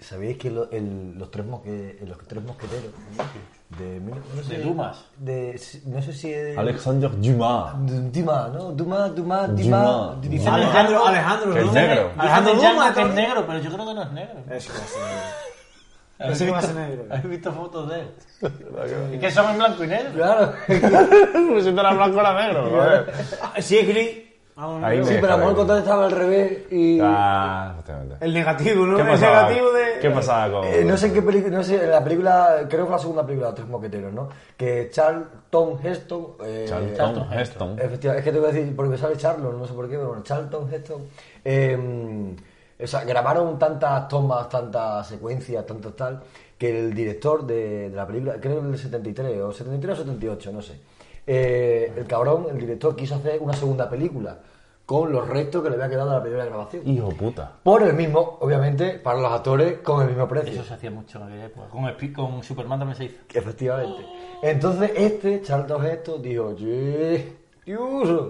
¿Sabíais que lo- el- los, tres mosque- eh, los tres mosqueteros de, mil- no sé, De Dumas. de- no sé si es Alexander Dumas. Dumas, ¿no? Dumas, Dumas, Dumas. Dumas. Dicen- Alejandro, Alejandro, El Dumas. negro. Alejandro Dumas, es ¿no? negro, pero yo creo que no es negro. Eso va a ser negro. Eso va a ser negro. ¿Has visto fotos de él? es que son en blanco y negro. Claro. Pues si era blanco era negro. Si es gris, vamos, Ahí negro. Ah, Sí, pero a lo mejor contestaba al revés y... Ah, justamente. el negativo, ¿no? ¿Qué El pasaba? negativo de... ¿Qué pasaba con.? Eh, no sé en qué película, no sé, en la película, creo que fue la segunda película, Los Tres Mosqueteros, ¿no? Que Charlton Heston... eh, Charlton Heston. Efectivamente, es que te voy a decir, porque sale Charlton, no sé por qué, pero bueno, Charlton Heston. eh, o sea, grabaron tantas tomas, tantas secuencias, tantas tal, que el director de, de la película, creo que el 73, o 73 o 78, no sé. eh, el cabrón, el director, quiso hacer una segunda película con los restos que le había quedado de la primera grabación. Hijo puta. Por el mismo, obviamente, para los actores, con el mismo precio. Eso se hacía mucho en aquella época. Con, Spi- con Superman también se hizo. Efectivamente. Entonces, este, Charlton Heston, dijo, "Ye, Dios".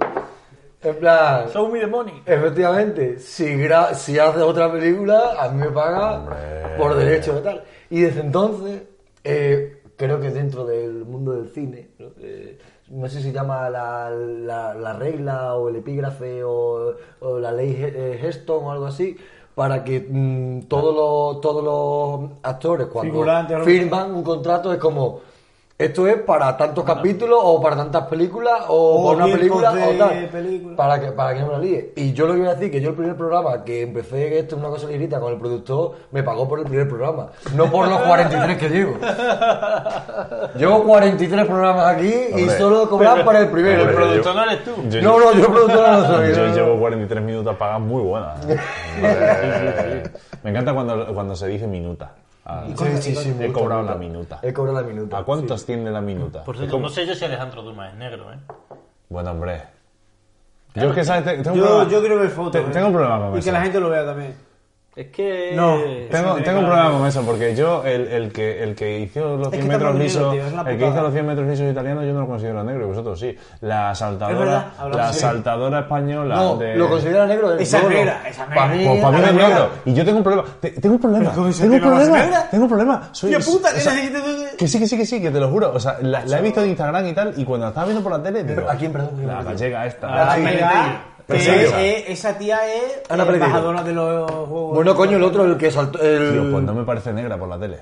En plan, Show me the money. efectivamente, si, gra- si haces otra película, a mí me paga por derecho de tal. Y desde entonces, eh, creo que dentro del mundo del cine, ¿no? Eh, no sé si se llama la, la- la regla o el epígrafe o, o la ley He- eh, Heston o algo así, para que mm, todos, los, todos los actores, cuando Figurantes o lo que firman un contrato, es como... Esto es para tantos capítulos o para tantas películas o, O por una tiempos película de o tal. película. Para que, para que no me la líe. Y yo lo que voy a decir, que yo el primer programa que empecé, esto es una cosa ligerita, con el productor, me pagó por el primer programa. No por los 43 que llevo. Llevo 43 programas aquí y Hombre. solo cobran por el primero. Hombre, El produ- productor no eres tú. Yo, No, no, yo productor no soy. yo no, no. llevo 43 minutas pagadas muy buenas. ¿eh? Eh, Me encanta cuando, cuando se dice minuta. Ah, Sí, sí, sí, he minuto, cobrado minuto. la minuta. He cobrado la minuta. ¿A cuánto asciende la minuta? Por Por cierto, no sé yo si Alejandro Dumas es negro, ¿eh? Bueno, hombre. Yo es que, ¿sabes? Te- Tengo un Yo, problema. yo quiero ver Te- fotos. ¿eh? Ah. Tengo un problema con Y eso. que la gente lo vea también. Es que... No. Tengo, tiene tengo un nada. problema con eso, porque yo, el, el, que, el que hizo los que 100 está metros prohibido, lisos, tío, es la el que putada. hizo los 100 metros lisos italianos, yo no lo considero negro, y vosotros sí. La Es verdad, saltadora, hablamos la de- saltadora española No, de... lo considera negro. Esa no, no. negra, esa Pa' negra. mí, Pues para mí no es Negra. negro. Y yo tengo un problema. Te- tengo un problema. ¿Cómo se Tengo un te llamas problema. negra? Tengo un problema. Soy, Tío, puta, o ¿qué sea, necesitas tú? que sí, que sí, que sí, que te lo juro. O sea, la, la he visto en Instagram y tal, y cuando la estaba viendo por la tele, digo... ¿A quién, perdón? La gallega esta. Pues La Ay, chica, que Pensé que es- era. es- esa tía es Ana Eh, Pereira. embajadora de los juegos. Bueno, coño, el otro, el que saltó. El... Digo, pues no me parece negra por la tele.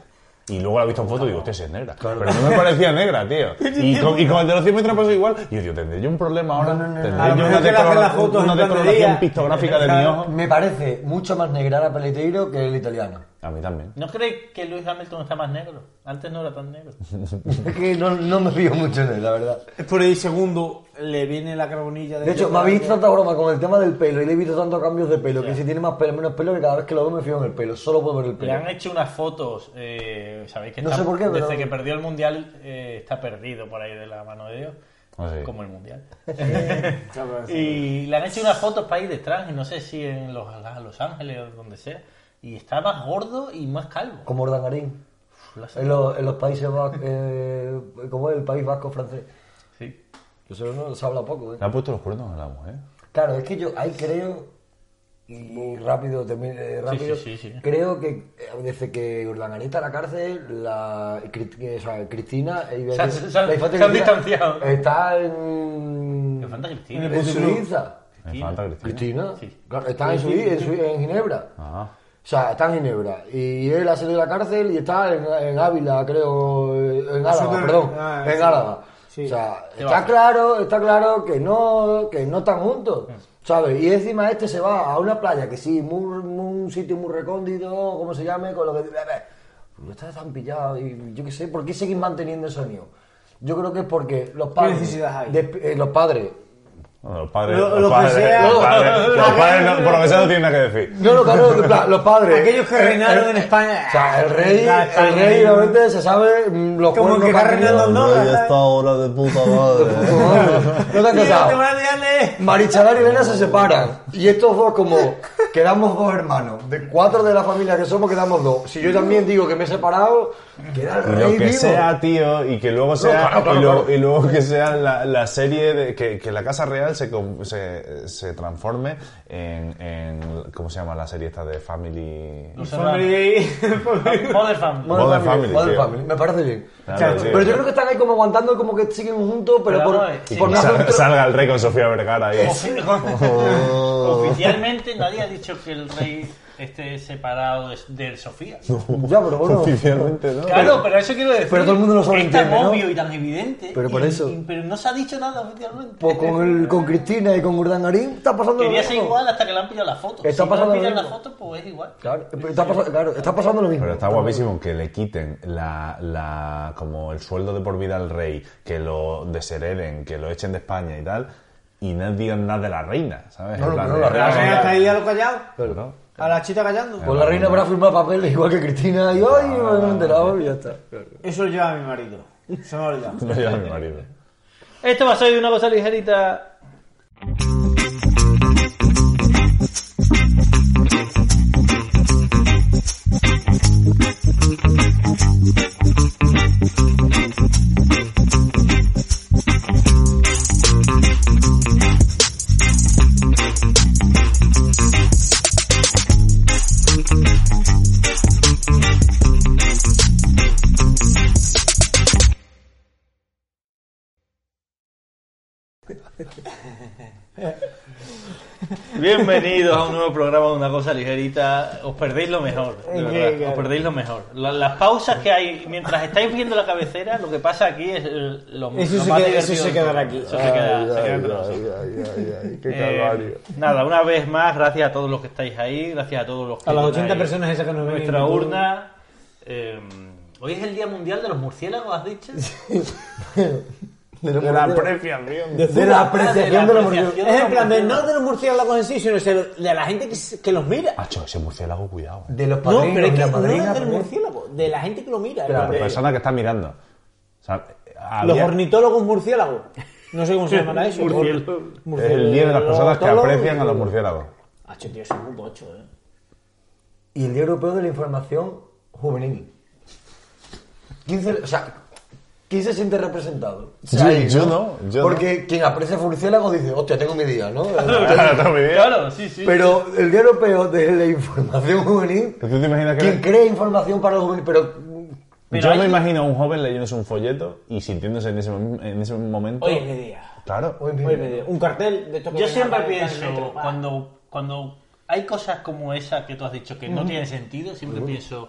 Y luego la he visto en foto y digo, hostia, sí es negra. Pero no me parecía negra, tío. Y con, y con el de los 100 metros pasó igual. Y yo, tío, tendré yo un problema ahora. Tendré A lo yo mejor una, que le hacen descolo- las fotos una en plan de decoloración día. pictográfica de mi ojo. Me parece mucho más negra la Peleteiro que el italiano. A mí también. ¿No crees que Luis Hamilton está más negro? Antes no era tan negro. Es que no, no me fío mucho en él, la verdad. Es por ahí segundo, le viene la carbonilla de... De hecho, me ha habéis visto tanta broma con el tema del pelo y le he visto tantos cambios de pelo que si tiene más pelo, menos pelo, que cada vez que lo veo me fijo en el pelo. Solo puedo ver el Le pelo. han hecho unas fotos, eh, sabéis que No está- sé por qué, pero- desde que perdió el mundial eh, está perdido por ahí de la mano de Dios, Ah, sí. como el mundial. y le han hecho unas fotos para ir de traje, no sé si en los, a Los Ángeles o donde sea, y está más gordo y más calvo. Como Ordangarín. La- En, los- en los países vascos, eh, como es el país vasco francés. Sí. Eso no se habla poco, ¿eh? Le ha puesto los cuernos a la mujer. Claro, es que yo ahí creo, y rápido, termi- eh, rápido sí, sí, sí. creo que eh, desde que Urdangarín está en la cárcel, la, Cri- eh, o sea, Cristina, eh, iba a Se han- decir- se han- la infanta se han Cristina distanciado. Está en, Me falta Cristina. en Suiza. Me falta Cristina. Cristina, Sí. claro, está en, Sui- en Sui- en Ginebra. Ah. O sea, está en Ginebra. Y él ha salido de la cárcel y está en, en Ávila, creo, eh, en Álava, Nosotros- perdón, ah, en sí. Álava. Sí. O sea, Qué está baja. claro, está claro que no, que no están juntos, Mm. ¿sabes? Y encima este se va a una playa que sí, muy, muy- un sitio muy recóndito, como se llame, con lo que... No está tan pillado y yo qué sé, ¿por qué seguís manteniendo eso mío? Yo creo que es porque los padres... necesidad hay? desp- eh, los padres Bueno, los padres, Lo- los lo que padres, sea. los padres, los Lo que- padres no, por lo que sea no tienen nada que decir. No, no, claro, en plan, los padres. Aquellos que El- reinaron el- en España. O sea, el rey, Ah, el España. rey realmente se sabe mm, los Como cuernos que va han tenido. reinando, ¿no? Hombre, ya está ahora de puta madre. No te has Tío, te casado. van a liar de- Marichalar y Elena se separan. Y estos dos, como quedamos dos hermanos, de cuatro de la familia que somos, quedamos dos. Si yo también digo que me he separado, queda el Y Lo rey que vivo. sea, tío, y que luego sea, claro, claro, y, luego, claro. y luego que sea la, la serie, de, que, que la Casa Real se, com- se, se transforme en, en, ¿cómo se llama la serie esta de Family? Los hermanos. Hombre, Modern Family. Modern Family, Modern tío. Family, me parece bien. Claro, tío. Pero yo creo que están ahí como aguantando, como que siguen juntos, pero Pero por, eh, vamos a ver, sí. por Y no hacer sal- otro- salga el rey con Sofía Vergara ahí. Ofi- Oh. Oficialmente nadie ha dicho que el rey esté separado de, de Sofía. Ya, pero bueno. Oficialmente, ¿no? Claro, pero eso quiero decir. pero todo el mundo lo Es tan sobreentiende, ¿no? obvio y tan evidente. Pero por y- eso. y- pero no se ha dicho nada oficialmente. Pues con, el, con Cristina y con Urdangarín está pasando lo Quería mismo. ser igual hasta que le han pillado la foto. Está si pasando no le lo pillan la mismo. foto, pues es igual. Claro, pero está, pas- claro, está pasando lo mismo. Pero está guapísimo que le quiten la, la, como el sueldo de por vida al rey, que lo deshereden, que lo echen de España y tal, y no digan nada de la reina, ¿sabes? No, En no, plan no, de- la La reina está ahí a lo callado. Claro. A la chita callando. Pues la reina habrá firmado papeles igual que Cristina y hoy me he enterado y ya está. Eso lo lleva mi marido. Se me ha olvidado. No lleva a mi marido. Esto va a ser una cosa ligerita. Bienvenidos a un nuevo programa de una cosa ligerita. Os perdéis lo mejor, de verdad. Os perdéis lo mejor. La- las pausas que hay mientras estáis viendo la cabecera, lo que pasa aquí es eh, lo, Eso lo se más queda- eso divertido se del programa. quedará aquí. Eso se queda, Ah, se queda entre nosotros. Eh, nada, una vez más, gracias a todos los que estáis ahí, gracias a todos los que A las donáis 80 personas esas que nos ven. Nuestra en YouTube. urna. eh, Hoy es el Día Mundial de los Murciélagos, ¿has dicho? De la, apreciación. de la apreciación de los apreciación. murciélagos. Es en plan de no de los murciélagos en sí, sino se lo- de la gente que, se- que los mira. Macho, ese murciélago, cuidado. eh. De los No, padrinos pero es y que la no madrina. es del también. murciélago, de la gente que lo mira. Claro, en La plan de- persona que está mirando. O sea, los pues, había- ornitólogos murciélagos. No sé cómo se llamará eso. es el día de las personas que aprecian a los murciélagos. Hacho, Ah, tío, eso es muy tocho, eh. Y el Día Europeo de la Información Juvenil. 15, o sea, ¿quién se siente representado? O sea, Yo- ahí, yo no, yo Porque quien aprecia murciélagos dice, hostia, tengo mi día, ¿no? Eh, Claro, está muy bien. Claro, sí, sí. Pero el Día Europeo de la Información Juvenil, ¿Tú te imaginas que- quien crea información para los juveniles, pero Pero Yo hay- me imagino a un joven leyéndose un folleto y sintiéndose en ese, mom- en ese momento. Hoy es mi día. Claro. Hoy es mi día. Un cartel de esto Yo siempre pienso, cuando, cuando hay cosas como esa que tú has dicho que no tienen sentido, siempre pienso,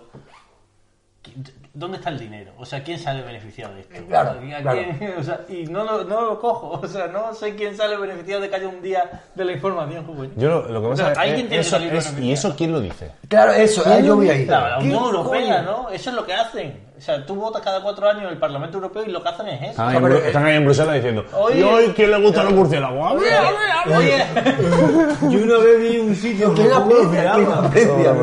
¿qui- ¿dónde está el dinero? O sea, ¿quién sale beneficiado de esto? Eh, Claro, O sea, ¿a claro. quién? O sea, y no lo, no lo cojo, o sea, no sé quién sale beneficiado de que haya un día de la información juvenil. Yo lo, lo que pasa O sea, es, alguien es- tiene que eso salir es- beneficiado. ¿Y eso quién lo dice? Claro, eso, ah, yo vi ahí. Claro, la ¿Qué Unión Europea, coño? ¿no? Eso es lo que hacen. O sea, tú votas cada cuatro años en el Parlamento Europeo y lo que hacen es eso. Están ahí, en pero- Bru- están ahí en Bruselas diciendo: Hoy- ¿Y hoy quién le gusta los murciélagos? ¡A ver! Ah, Oye, Yo una vez vi un sitio ¿Quién aprecia? ¿Quién aprecia?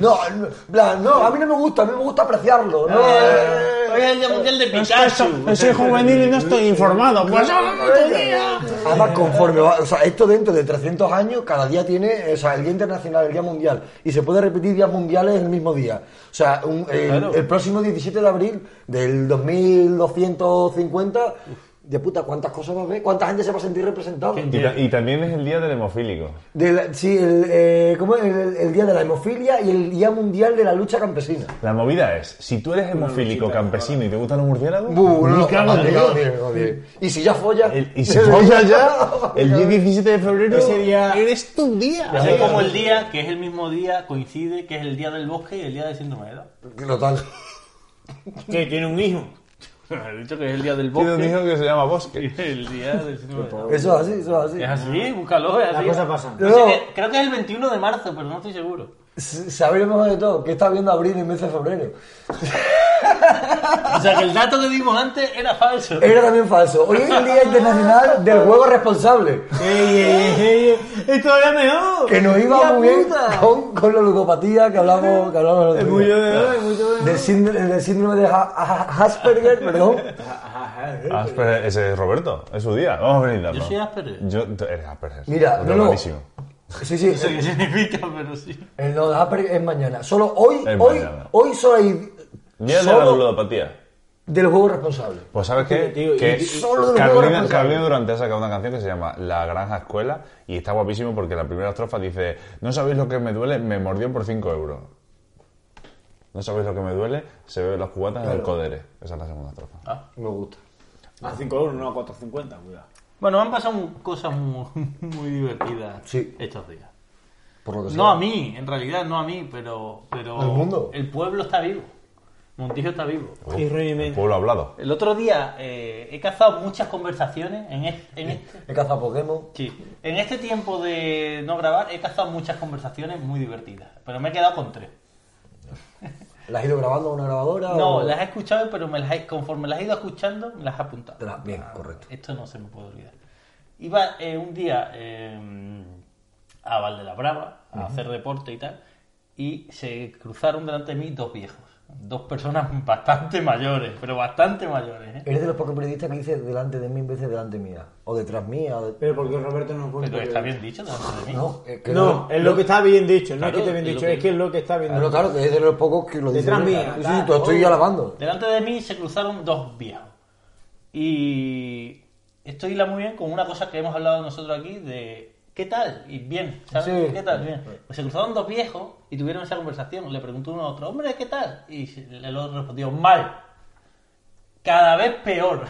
No, no, bla, no, a mí no me gusta, a mí me gusta apreciarlo. No, Ah, eh, hoy es el Día Mundial de Pikachu. Soy juvenil y no estoy informado. Pues Además, conforme va, o sea, esto dentro de 300 años, cada día tiene, o sea, el Día Internacional, el Día Mundial, y se puede repetir días mundiales el mismo día. O sea, un- el, el próximo 17 de abril del 2250, de puta, ¿cuántas cosas va a haber? ¿Cuánta gente se va a sentir representada? Y, ta- y también es el día del hemofílico. De la- sí, el, eh, ¿cómo es? El- el Día de la Hemofilia y el Día Mundial de la Lucha Campesina. La movida es: si tú eres hemofílico, campesino y te gustan los murciélagos, Bu, ni Uh, no, cago en joder, Dios. joder, joder. Y si ya folla. El- y se folla ya el día 17 de febrero. Ese día- Eres tu día. Ese es como el día, que es el mismo día, coincide, que es el día del bosque y el día de síndrome de Down. Total. Que tiene un hijo. He dicho que es el día del Tiene un bosque hijo que se llama Bosque. y el día del síndrome de Down. Eso es así, eso es así. Es así, búscalo, es Las así. cosas pasan. No sé No. qué- creo que es el 21 de marzo, pero no estoy seguro. S- Saber lo mejor de todo, que está viendo abril en vez de febrero. O sea, que el dato que dimos antes era falso. Era también falso. Hoy es el Día Internacional del Juego Responsable. ¡Ey, ey, ey! ey. ¡Esto era mejor! Que nos iba ¡Tía muy bien puta! con, con la ludopatía que hablamos, que hablamos el otro Es muy día. mejor, es mucho mejor. Del síndrome, del síndrome de Ha- Ha- Asperger, perdón. Ah, espera, ese es Roberto, es su día. Vamos a venir a Yo soy Asperger. Yo, tú eres Asperger. Mira, Lo no, tengo no. clarísimo. Sí, sí. No sé qué significa, pero sí. El no de Asperger es mañana. Solo hoy, Es hoy, mañana. hoy solo hay. Día de la solo ludopatía. del juego responsable. Pues sabes qué? Tío, y- que y- solo de juego Carolina, responsable. Carolina Durante ha sacado una canción que se llama La Granja Escuela y está guapísimo porque la primera estrofa dice No sabéis lo que me duele, me mordió por 5 euros. No sabéis lo que me duele, se beben las cubatas en el codere. Esa es la segunda estrofa. Me gusta. Ah, A 5 euros, no a 4.50, cuidado. Bueno, han pasado cosas muy, muy divertidas Sí. estos días. Por lo que No a mí, en realidad, no a mí, pero, pero ¿Al mundo? el pueblo está vivo. Montijo está vivo. Y Remy. Pues, El pueblo hablado. El otro día eh, he cazado muchas conversaciones en este, en este, He cazado Pokémon. sí. en este tiempo de no grabar. He cazado muchas conversaciones muy divertidas, pero me he quedado con tres. ¿Las has ido grabando a una grabadora? No, o... las he escuchado, pero me las he- conforme las he ido escuchando, me las he apuntado. Te las- Bien, correcto. Esto no se me puede olvidar. Iba eh, un día eh, a Valdelabrava a hacer deporte y tal, y se cruzaron delante de mí dos viejos. Dos personas bastante mayores, pero bastante mayores. ¿eh? Eres de los pocos periodistas que dices delante de mí en vez de delante mía. O detrás mía. O de... Pero porque Roberto no pone Pero está bien dicho delante de mí. No, eh, que No, es lo que está bien dicho, no Claro, es que esté bien es lo dicho, que- es que es lo que está bien Pero dicho. claro, que es de los pocos que lo dicen. Detrás mía, Sí, Sí, tal, te estoy oh. alabando. Delante de mí se cruzaron dos viejos. Y esto hila muy bien con una cosa que hemos hablado nosotros aquí de ¿qué tal? Y bien, ¿sabes? Sí. ¿Qué tal? Bien. Pues se cruzaron dos viejos y tuvieron esa conversación. Le preguntó uno a otro, hombre, ¿qué tal? Y se- el otro respondió, mal. Cada vez peor.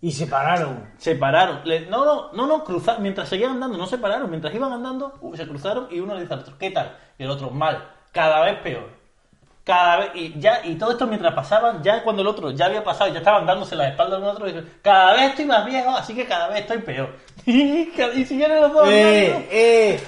Y se pararon. Se pararon. Le- no, no, no, no, cruzaron. Mientras seguían andando, no se pararon. Mientras iban andando, uh, se cruzaron y uno le dice al otro, ¿qué tal? Y el otro, mal. Cada vez peor. Cada vez, y ya, y todo esto mientras pasaban, ya cuando el otro ya había pasado, y ya estaban dándose las espaldas uno al otro, y dice, cada vez estoy más viejo, así que cada vez estoy peor. y, ca- y siguieron los dos Eh, andando. eh,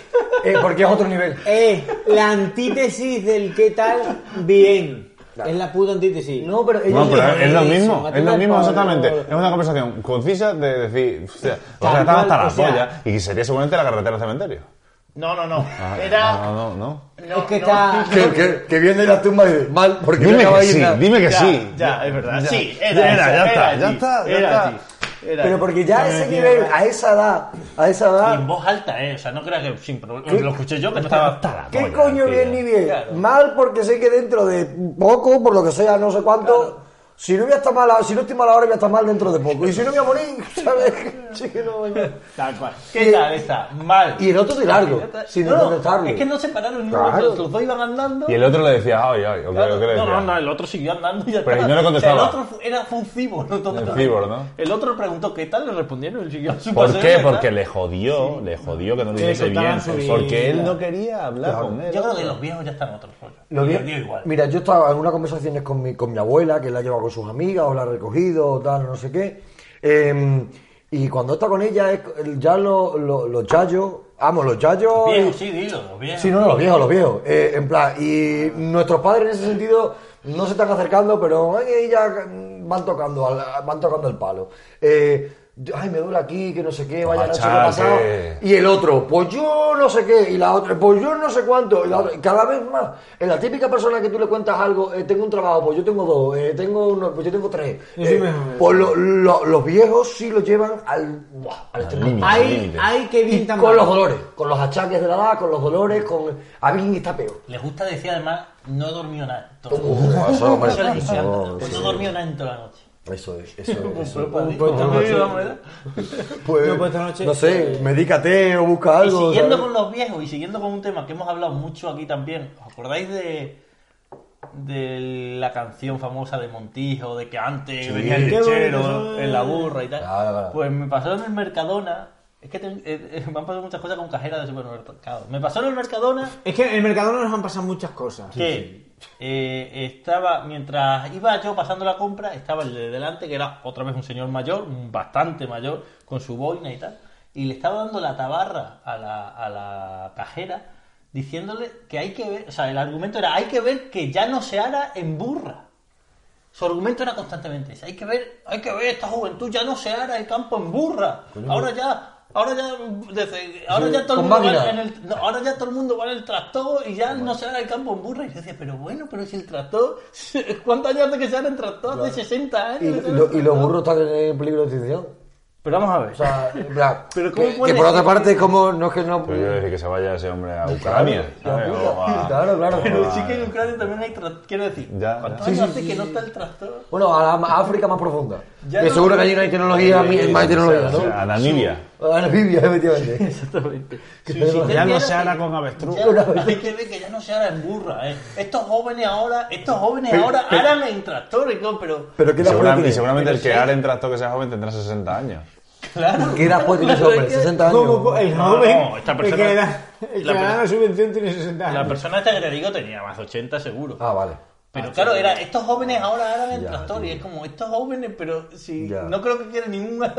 Eh, porque es otro nivel. eh, la antítesis del qué tal bien. Es la puta antítesis. No, pero ella No, pero es lo mismo, Matute es lo del mismo Pablo. exactamente. Es una conversación concisa de decir, o sea, o Tal sea estaba hasta cual, la o sea- polla y sería seguramente la carretera al cementerio. No, no, no. Ah, Era. No, no, no. no, Es que no. está- Que, que, que viene la tumba y dice, mal, porque no Dime acaba que de ir sí, nada. dime que Ya, sí. ya, es verdad. Sí, era, Ya, ya esa, está, era ya allí, está, ya era está. allí, era Pero allí. porque ya a ese nivel, a esa edad, a esa Y en edad, voz alta, ¿eh? O sea, no creas que sin problema. Lo escuché yo que no estaba. hasta la ¿qué Oye, coño tío. bien ni bien? Claro. Mal porque sé que dentro de poco, por lo que sea, no sé cuánto, si no voy a estar mal, si no estoy mal ahora voy a estar mal dentro de poco. Y si no voy a morir, ¿sabes? Sí, que no, ya. Tal cual. ¿Qué tal esta? Mal. y el otro de largo, sin no, contestarle. Es que no se pararon nunca, Claro. los dos iban andando. Y el otro le decía, ay, ay, o qué- o qué le no, decía. no, no, el otro siguió andando y ya Pero estaba. no le contestaba. O sea, el otro fu- era fue un cíboro total. Un cíboro, ¿no? El otro preguntó qué tal, le respondieron y siguió su ¿Por paseo, qué? ¿verdad? Porque le jodió, le jodió que no lo Que hiciese bien. pues, contaban su vida. Porque él no quería hablar con él. Yo creo que los viejos ya están en otro rollo. Lo Les vi- dio igual. Mira, yo estaba en unas conversaciones con mi, con mi abuela, que la lleva con sus amigas, o la ha recogido, o tal, no sé qué. Eh, y cuando está con ella, es- ya lo- lo- los yayos, amo, los yayos. Los viejos, y- sí, dilo, los viejos. Sí, eh, no, no, los viejos, los viejos. Eh, en plan, y nuestros padres en ese sentido no se están acercando, pero ay, ya mm, van tocando, al- van tocando el palo. Eh, ay, me duele aquí, que no sé qué, vaya, no sé qué ha pasado. Machate. Y el otro, pues yo no sé qué, y la otra, pues yo no sé cuánto, y la otra, y cada vez más. Es la típica persona que tú le cuentas algo, eh, tengo un trabajo, pues yo tengo dos, eh, tengo uno, pues yo tengo tres. Yo soy Eh, mejor. pues lo- lo- los viejos sí lo llevan al, buah, al extremo. límite. Hay, hay que bien Y tan con mal. los dolores, con los achaques de la edad, con los dolores, con... A mí está peor. Les gusta decir además, no he dormido nada. en toda la noche. Eso, hombre, Eso les encanta. eso, Pues sí. no he dormido nada en toda la noche. Eso es, eso es. Pues, pues, pues, sí. vamos, ¿verdad? Pues, No, pues esta noche- no sé, medícate o busca Y algo. siguiendo ¿sabes? con los viejos y siguiendo con un tema que hemos hablado mucho aquí también, ¿os acordáis de, de la canción famosa de Montijo, de que antes venía el Qué lechero bonito. en la burra y tal? Claro, claro. Pues me pasó en el Mercadona, es que ten- eh, eh, me han pasado muchas cosas con cajeras de supermercado. Me pasó en el Mercadona Es que en el mercado nos han pasado muchas cosas. que eh, estaba, mientras iba yo pasando la compra, estaba el de delante, que era otra vez un señor mayor, un bastante mayor, con su boina y tal, y le estaba dando la tabarra a la, a la cajera, diciéndole que hay que ver, o sea, el argumento era, hay que ver que ya no se hará en burra. Su argumento era constantemente ese. Hay que ver, hay que ver, esta juventud ya no se ara el campo en burra. Ahora ya, ahora ya, desde- ahora ya todo con el mundo va máquina. en el, no, ahora ya todo el mundo va en el tractor y ya no se ara el campo en burra. Y yo decía, pero bueno, pero si el tractor, ¿cuántos años hace que se ara el tractor? Hace 60 años. Y, que se ara y el lo- y los tractor. burros están en peligro de extinción. Pero vamos a ver. O sea, en plan, Pero ¿cómo que, puede que por otra ser? parte, como no es que no. Pero yo decir que se vaya ese hombre a Ucrania. Claro, ¿sabes? la O a- puta. Claro, claro. o a- Pero sí que en Ucrania también hay tractor. Quiero decir, Ya, ¿cuántos ya. años hace que no está el tractor? Bueno, a, la- a África más profunda. Ya que no- seguro que allí no hay tecnología, Sí, más hay tecnología, o sea, A ¿no? Namibia. A la Biblia, efectivamente. Exactamente. Ya no se hará con avestruz. Hay que ver que ya no se hará en burra, ¿eh? Estos jóvenes ahora, estos jóvenes ahora harán en tractores, ¿no? Pero, Pero ¿qué edad puede Seguramente, y tener? seguramente el que ahora en tractor que sea joven tendrá 60 años. claro. ¿Qué edad puede tener ese hombre? 60 años. Como co- el No, joven no, esta el persona- que gana- el la que gana persona- la subvención tiene 60 La años. persona esta que te digo tenía más de 80 seguro. Ah, vale. Pero claro, era estos jóvenes ahora harán en tractor y es como estos jóvenes, pero si Ya. no creo que quiera ningún,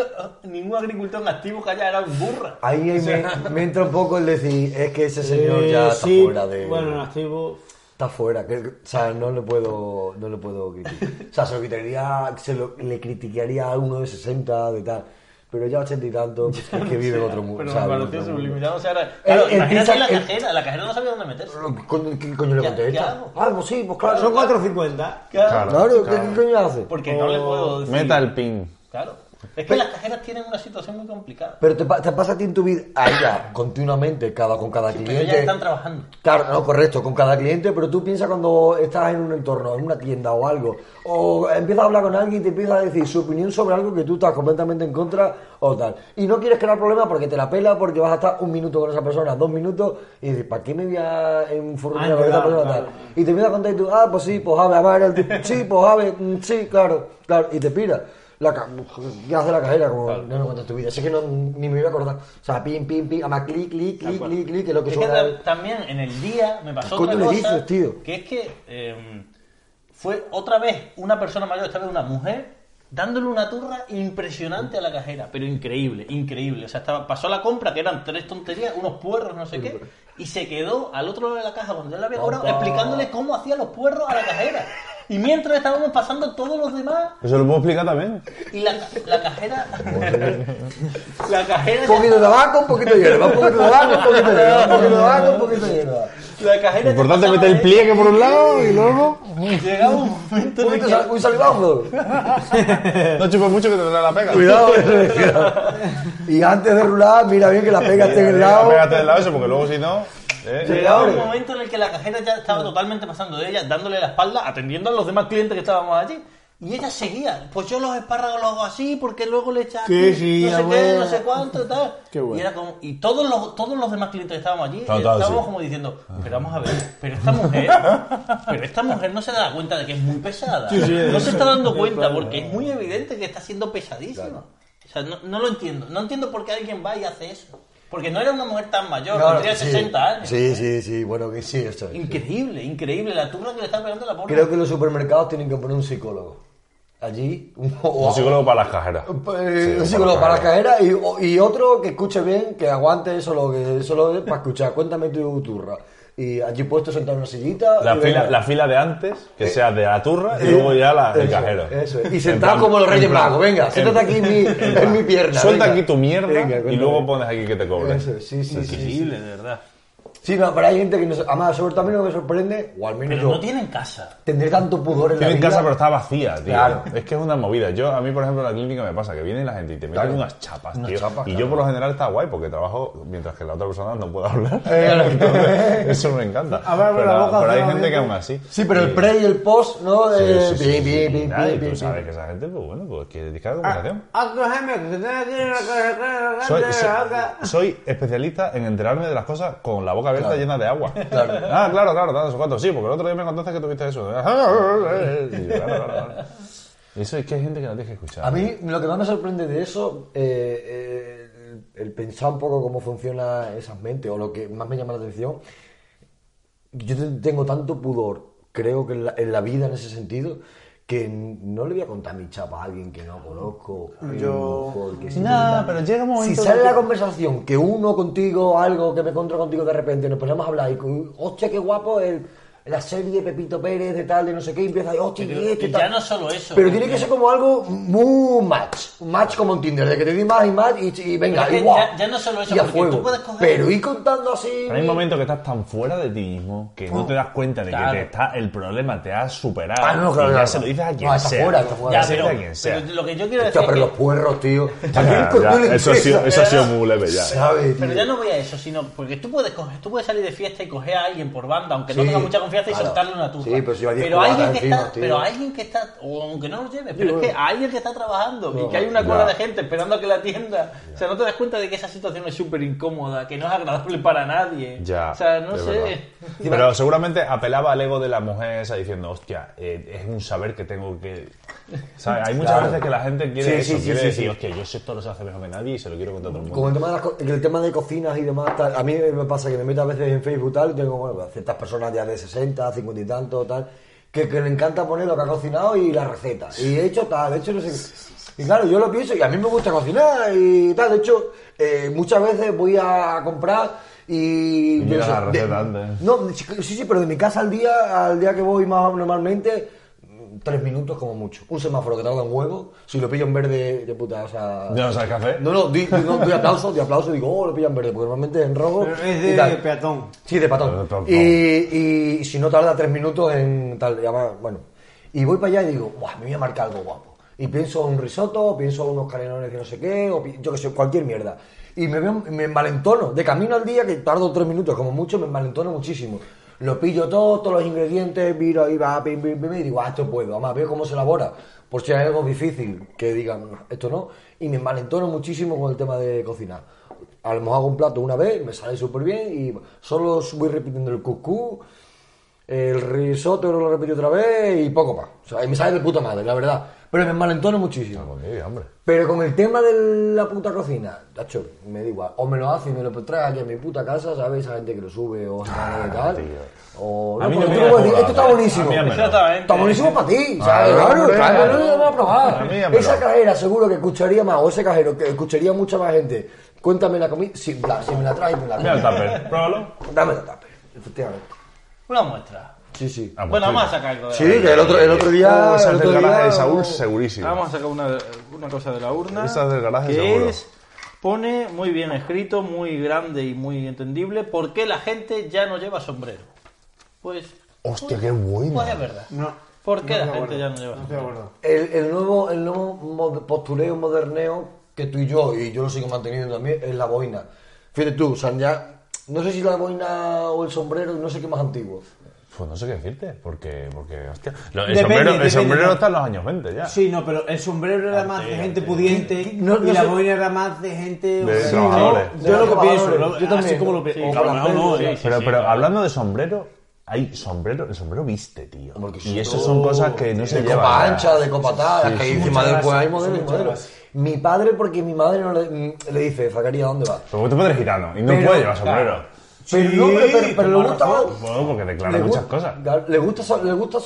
ningún agricultor en activo que haya harado en burra. Ahí me, me entra un poco el decir, es que ese señor Eh, ya está sí, fuera de... Bueno, en activo. Está fuera, que, o sea, no le puedo, no le puedo criticar. O sea, se lo criticaría, se lo- le criticaría a uno de 60, de tal. pero ya 80 y tanto, pues, es que vive en otro mundo. Pero o sea, me vive en pareció otro mundo. subliminal. O sea, era, claro, el imagínate pizza- la el- cajera, la cajera no sabía dónde meterse. ¿Qué coño- ¿Qué coño ¿Qué- le qué contesta? hago? Ah, pues sí, pues claro. Son Son cuatro. 4.50. Claro. Claro. Claro, ¿qué, qué coño hace? Porque no le puedo decir. Meta el pin. Claro. Es que las cajeras tienen una situación muy complicada. Pero te, pa- te pasa a ti en tu vida, a ella, continuamente, cada, con cada Pero cliente. ellas están trabajando. Claro, no, correcto, con cada cliente, pero tú piensas cuando estás en un entorno, en una tienda o algo, o empiezas a hablar con alguien y te empiezas a decir su opinión sobre algo que tú estás completamente en contra o tal. Y no quieres crear problemas porque te la pela, porque vas a estar un minuto con esa persona, dos minutos, y dices, ¿para qué me voy a enfurruñar Ah, con esta claro, persona claro. tal? Y te empiezas a contar y tú, ah, pues sí, pues ave, a ver, el tipo, sí, pues ave, mm, sí, claro, claro, y te piras. La ca- ¿Qué hace la cajera? Como, no me cuentas tu vida. Así que no, ni me voy a acordar. O sea, pim, pim, pim, además clic, clic, clic, clic, clic, que es lo que Es que suena. tam- también en el día me pasó ¿Qué otra coño cosa. le dices, tío? Que es que eh, fue otra vez una persona mayor, esta vez una mujer, dándole una turra impresionante a la cajera. Pero increíble, increíble. O sea, estaba, pasó la compra, que eran tres tonterías, unos puerros, no sé qué. Y se quedó al otro lado de la caja cuando yo la había cobrado explicándole cómo hacía los puerros a la cajera. Y mientras estábamos pasando todos los demás, Eso lo puedo explicar también. y la, la cajera. la cajera. Un poquito de ya- tabaco, un poquito de hierba, un poquito de tabaco, un poquito de hierba, un poquito de tabaco, un poquito de hierba. La cajera. Importante ya meter el pasaba pliegue por un lado y luego. de- Llegaba un momento Un en el poquito de sal- que. Un salivazo. No chupes mucho que te da la pega. Cuidado, eso, cuidado. eh. Y antes de rular, mira bien que la pega esté en el lado. Pégate del lado eso porque luego si no. eh, Llegaba un momento en el que la cajera ya estaba totalmente pasando de ella, dándole la espalda, atendiendo a los demás clientes que estábamos allí. Y ella seguía, pues yo los espárragos los hago así, porque luego le echas Sí, aquí, sí, no sé qué, abuela. no sé cuánto, tal. Qué bueno. Y era como, y todos los, todos los demás clientes que estábamos allí, Claro, eh, claro, estábamos sí. Ah. como diciendo, pero vamos a ver, pero esta mujer, pero esta mujer no se da cuenta de que es muy pesada. Sí, sí, no se está dando sí, cuenta, claro. porque es muy evidente que está siendo pesadísima. O sea, no, no lo entiendo, no entiendo por qué alguien va y hace eso. Porque no era una mujer tan mayor, Claro, tendría sí. 60 años. Sí, sí, sí, bueno, que sí, esto es. Increíble, increíble la turra que le está pegando a la pobre. Creo que los supermercados tienen que poner un psicólogo. Allí, un, o- Un psicólogo para las cajeras. Eh, Sí, un psicólogo para las cajeras y, o- y otro que escuche bien, que aguante eso lo que eso lo es para escuchar. Cuéntame tu turra. Y allí puesto sentado en una sillita. La y fila, venga. Eh, la fila de antes, que sea de la turra y luego ya la del Eso, cajero. eso es. Y En sentado plan- como los en Reyes plan- Magos. Venga, en- siéntate aquí en mi, en mi pierna. Suelta venga. aquí tu mierda Venga, y cuéntame. luego pones aquí que te cobren. Eso, sí, sí, sí, sí. Increíble, de verdad. Sí, no, pero hay gente que nos. Además, sobre todo a mí no me sorprende, o al menos Pero yo, no tienen casa. tendré tanto pudor en la Tienen vida. casa, pero está vacía, tío. Claro. Es que es una movida. Yo, a mí, por ejemplo, en la clínica me pasa que viene la gente y te meten Claro. unas chapas, Unas tío. chapas, y claro. yo, por lo general, está guay porque trabajo mientras que la otra persona no puede hablar. Eh. Entonces, eso me encanta. Abre la Pero, boca, pero abre hay la gente que boca. aún así. Sí, pero el y- pre y el post, ¿no? Sí, Eh, sí, sí, bien, sí, bien, y bien, nada, y bien, tú bien, sabes que bien. esa gente, pues bueno, pues que dedica a la Ah, conversación. Acógeme, que te tiene la cosa- la cosa- Soy, la so- boca. soy especialista en enterarme de las cosas con la boca abierta llena de agua. Ah, claro, claro, claro, eso cuánto. Sí, porque el otro día me contaste que tuviste eso. Y yo, claro, claro, claro. Eso es que hay gente que no tiene que escuchar. A mí lo que más me sorprende de eso, eh, eh, el- el pensar un poco cómo funciona esas mentes, o lo que más me llama la atención, yo te- tengo tanto pudor, creo que en la, en la vida en ese sentido, que n- no le voy a contar mi chapa a alguien que no conozco. Yo... Porque si Nah, pero llega un Si momento sale en la que- conversación que uno contigo, algo que me encontró contigo de repente, nos ponemos a hablar y, cu- hostia, qué guapo el... la serie Pepito Pérez de tal, de no sé qué, y empieza, hostia, y este Y tal. ya no solo eso. Pero tiene que ser como algo muy match. Un match como en Tinder, de que te di más y más y, y venga, Pero es que igual. ya- ya no solo eso, y a porque fuego. tú puedes coger- Pero ir contando así. Pero hay momentos que estás tan fuera de ti mismo que no te das cuenta de Claro. que te está, el problema te ha superado. Ah, no, claro, y ya claro. se lo dices a quien No, está sea. fuera, está fuera. Ya, Ya, se lo pero, dices a quien sea. pero lo que yo quiero decir. Hostia, pero es los que- puerros, tío. Ya, ya, eso, ha sido, eso ha sido muy leve ya. ¿Sabes? Pero ya no voy a eso, sino porque tú puedes coger, tú puedes salir de fiesta y coger a alguien por banda, aunque no Sí, tenga mucha confianza y claro. soltarle una tufa. Sí, pero si va diez cubatas alguien que encima, está, tío. pero alguien que está, o aunque no lo lleve, pero es que alguien que está trabajando y que hay una ya. cola de gente esperando a que la atienda, o sea, no te das cuenta de que esa situación es súper incómoda, que no es agradable para nadie. Ya, o sea, no es sé. verdad. Pero seguramente apelaba al ego de la mujer esa diciendo, hostia, eh, es un saber que tengo que... ¿Sabes? Hay muchas veces que la gente quiere Sí, sí, eso, sí, quiere sí, decir, sí. hostia, yo sé esto lo se hace mejor que nadie y se lo quiero contar a todo el mundo. Con el tema, de las co- el tema de cocinas y demás, tal, a mí me pasa que me meto a veces en Facebook y tal, y tengo bueno, ciertas personas ya de 60, 50 y tanto, tal, que, que le encanta poner lo que ha cocinado y la receta. Y he hecho tal, he hecho no sé qué. Y claro, yo lo pienso y a mí me gusta cocinar y tal. De hecho, eh, muchas veces voy a comprar y. yo mira no sé, la receta de- antes. No, sí, sí, sí, pero de mi casa al día, al día que voy más normalmente, tres minutos como mucho. Un semáforo que tarda un huevo, si lo pillo en verde, de puta, o sea. ¿Ya no sabes qué hacer? No, no, di, di- no, doy aplauso, di aplauso y digo, oh, lo pillan verde, porque normalmente es en rojo. Pero es y de tal. peatón. Sí, de De patón. patón. Y, y, si no tarda tres minutos en tal, ya va, bueno. Y voy para allá y digo, guau, me voy a marcar algo guapo. Y pienso un risotto, o pienso unos canelones que no sé qué, o pi- yo que sé, cualquier mierda. Y me, veo, me envalentono, de camino al día, que tardo tres minutos, como mucho, me envalentono muchísimo. Lo pillo todo, todos los ingredientes, miro ahí, va, pim, pim, pim, y digo, ah, esto puedo. Además, veo cómo se elabora, por si hay algo difícil, que digan, esto no. Y me envalentono muchísimo con el tema de cocinar. A lo mejor hago un plato una vez, me sale súper bien y solo voy repitiendo el cuscú, el risotto lo repito otra vez y poco más. O sea, y me sale de puta madre, la verdad. Pero me envalentono muchísimo. Conmigo, hombre. Pero con el tema de la puta cocina, tacho, me da igual. O me lo hace y me lo trae aquí a mi puta casa, ¿sabes? Esa gente que lo sube o esa gente tal. O, Ah, A mí no porque me tú lo da puedes decir, igual, esto está eh. buenísimo. A mí dámelo. Exactamente. Está buenísimo para ti, ¿sabes? Ah, Claro, hombre, claro, claro. no lo vamos a A probar. mí dámelo. Esa cajera seguro que escucharía más, o ese cajero que escucharía mucha más gente. Cuéntame la comida, si, la- si me la traes, me la Mira el traes. tupper, pruébalo. Dame la tapa, efectivamente. Una muestra. Sí, sí. Ah, pues bueno, sí. vamos a sacar algo de Sí, la- que el otro, el otro día... Oh, esa es el otro del garaje día- de Saúl, segurísimo. Vamos a sacar una, una cosa de la urna. Esa es del garaje, que seguro. es pone muy bien escrito, muy grande y muy entendible por qué la gente ya no lleva sombrero. Pues Hostia, qué bueno. pues es verdad. No. ¿Por qué no la estoy de gente acuerdo, ya no lleva No estoy de acuerdo. El, el nuevo, el nuevo mod- postureo moderneo que tú y yo, y yo lo sigo manteniendo también, es la boina. Fíjate tú, o sea, ya- no sé si la boina o el sombrero, no sé qué más antiguo. Pues no sé qué decirte, porque, porque hostia. Lo- el Depende, sombrero, el depende, sombrero ¿no? está en los años 20 ya. Sí, no, pero el sombrero era más de gente pudiente no, no y la sé. boina era más de gente... De Sí, trabajadores. yo- Yo lo que Trabajadores, pienso, lo- yo así también. como lo pienso. Sí, O a lo mejor no, sí, eh. pero pero hablando de sombrero, hay sombrero, el sombrero viste, tío. Y eso son cosas que no se De llevan. copa ya. ancha, de copa tal, que encima Muchas del pues hay gracias, modelos y muchas modelos. gracias. Mi padre, porque mi madre no le, mm, le dice, Zacarías, ¿a dónde vas? Pero tú eres gitano y no Pero- puedes llevar sombrero. Pero no, pero, pero- pero le con gusta... razón. Bueno, porque declara le muchas gu- cosas. da- Le gusta, so- le gusta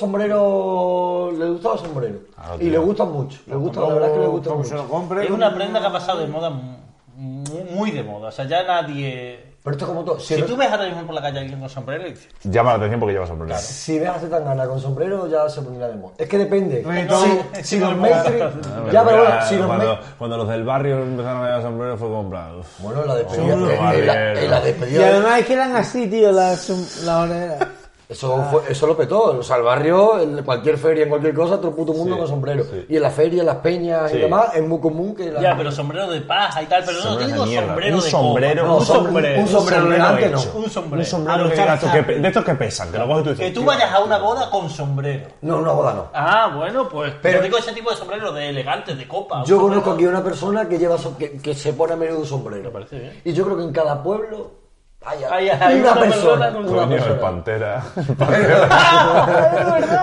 sombrero, le gusta los sombreros. Ah, Claro, y tío. le gustan mucho. Le gusta, la verdad es que le gustan Como se mucho. lo compre... Es una prenda que ha pasado de moda mu- muy, muy de moda. O sea, ya nadie. Pero esto es como todo. Si, Si ve- tú ves ahora mismo por la calle a alguien con sombrero, le dices, Llama la atención porque lleva sombrero. si ves a Zetangana con sombrero, ya se pondrá de moda. Es que depende. Reggaetón. Si, si los Ah, mainstream. pero Ya, pero bueno, mira, si los cuando, mainstream. cuando los del barrio empezaron a llevar sombrero fue comprado. Bueno, en la despedida. Seguro. en- en la- en la Vale, Y despedida de- además es que eran así, tío, las la orejas. Eso, Ah, fue- eso lo petó. O sea, el barrio, en cualquier feria, en cualquier cosa, todo el puto mundo Sí, con sombrero. sí. Y en las ferias, en las peñas Sí. y demás, es muy común que la. ya, pero sombrero de paja y tal. Pero no, Sombrero digo de mierda. sombrero un de sombrero, copa. No, un sombrero, un sombrero "Ah". elegante, no. hecho. Un sombrero. Un sombrero A que los digas tú, Charizard. que pe- de estos que pesan, que lo coges tú y dices, Que tú "Tío, vayas a una boda con sombrero. No, no, boda no. Ah, bueno, pues. Pero Pero- digo ese tipo de sombrero de elegante, de copa. Yo Un conozco aquí sombrero- una persona que lleva so- que, que se pone a menudo un sombrero. parece bien. Y yo creo que en cada pueblo hay, Hay- hay una, una persona persona. con una Coño, el persona. pantera.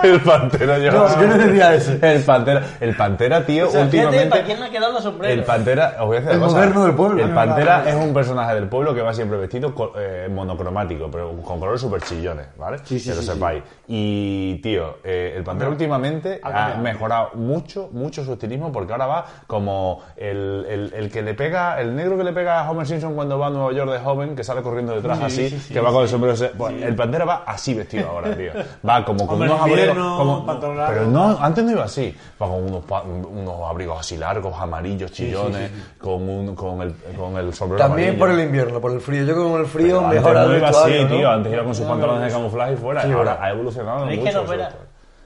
El pantera lleva. No, yo no decía eso. El pantera, el pantera tío, O sea, fíjate para últimamente. quién le ha quedado la sombrero. El pantera, os voy a decir El una cosa. moderno del pueblo. El pantera es un personaje del pueblo que va siempre vestido co- eh, monocromático, pero con colores super chillones, ¿vale? que lo sepáis. Y, tío, eh, el pantera últimamente Ah, ha mejorado mucho, mucho su estilismo porque ahora va como el, el- el que le pega, el negro que le pega a Homer Simpson cuando va a Nueva York de joven, que sale corriendo detrás así, que va con el sombrero. ese- Pues, El pantera va así vestido ahora, tío. Va como con Hombre, unos abrigos. invierno, como- pantalón largo. pero no, antes no iba así. Va con unos, pa- unos abrigos así largos, amarillos, chillones, Con, un, con, el, con el sombrero También amarillo. por el invierno, por el frío. Yo con el frío Pero mejora antes el no iba vestuario, así, ¿no? tío. Antes iba con sus pantalones de camuflaje y fuera. ahora ha evolucionado Tenéis mucho. que no eso, fuera. tío.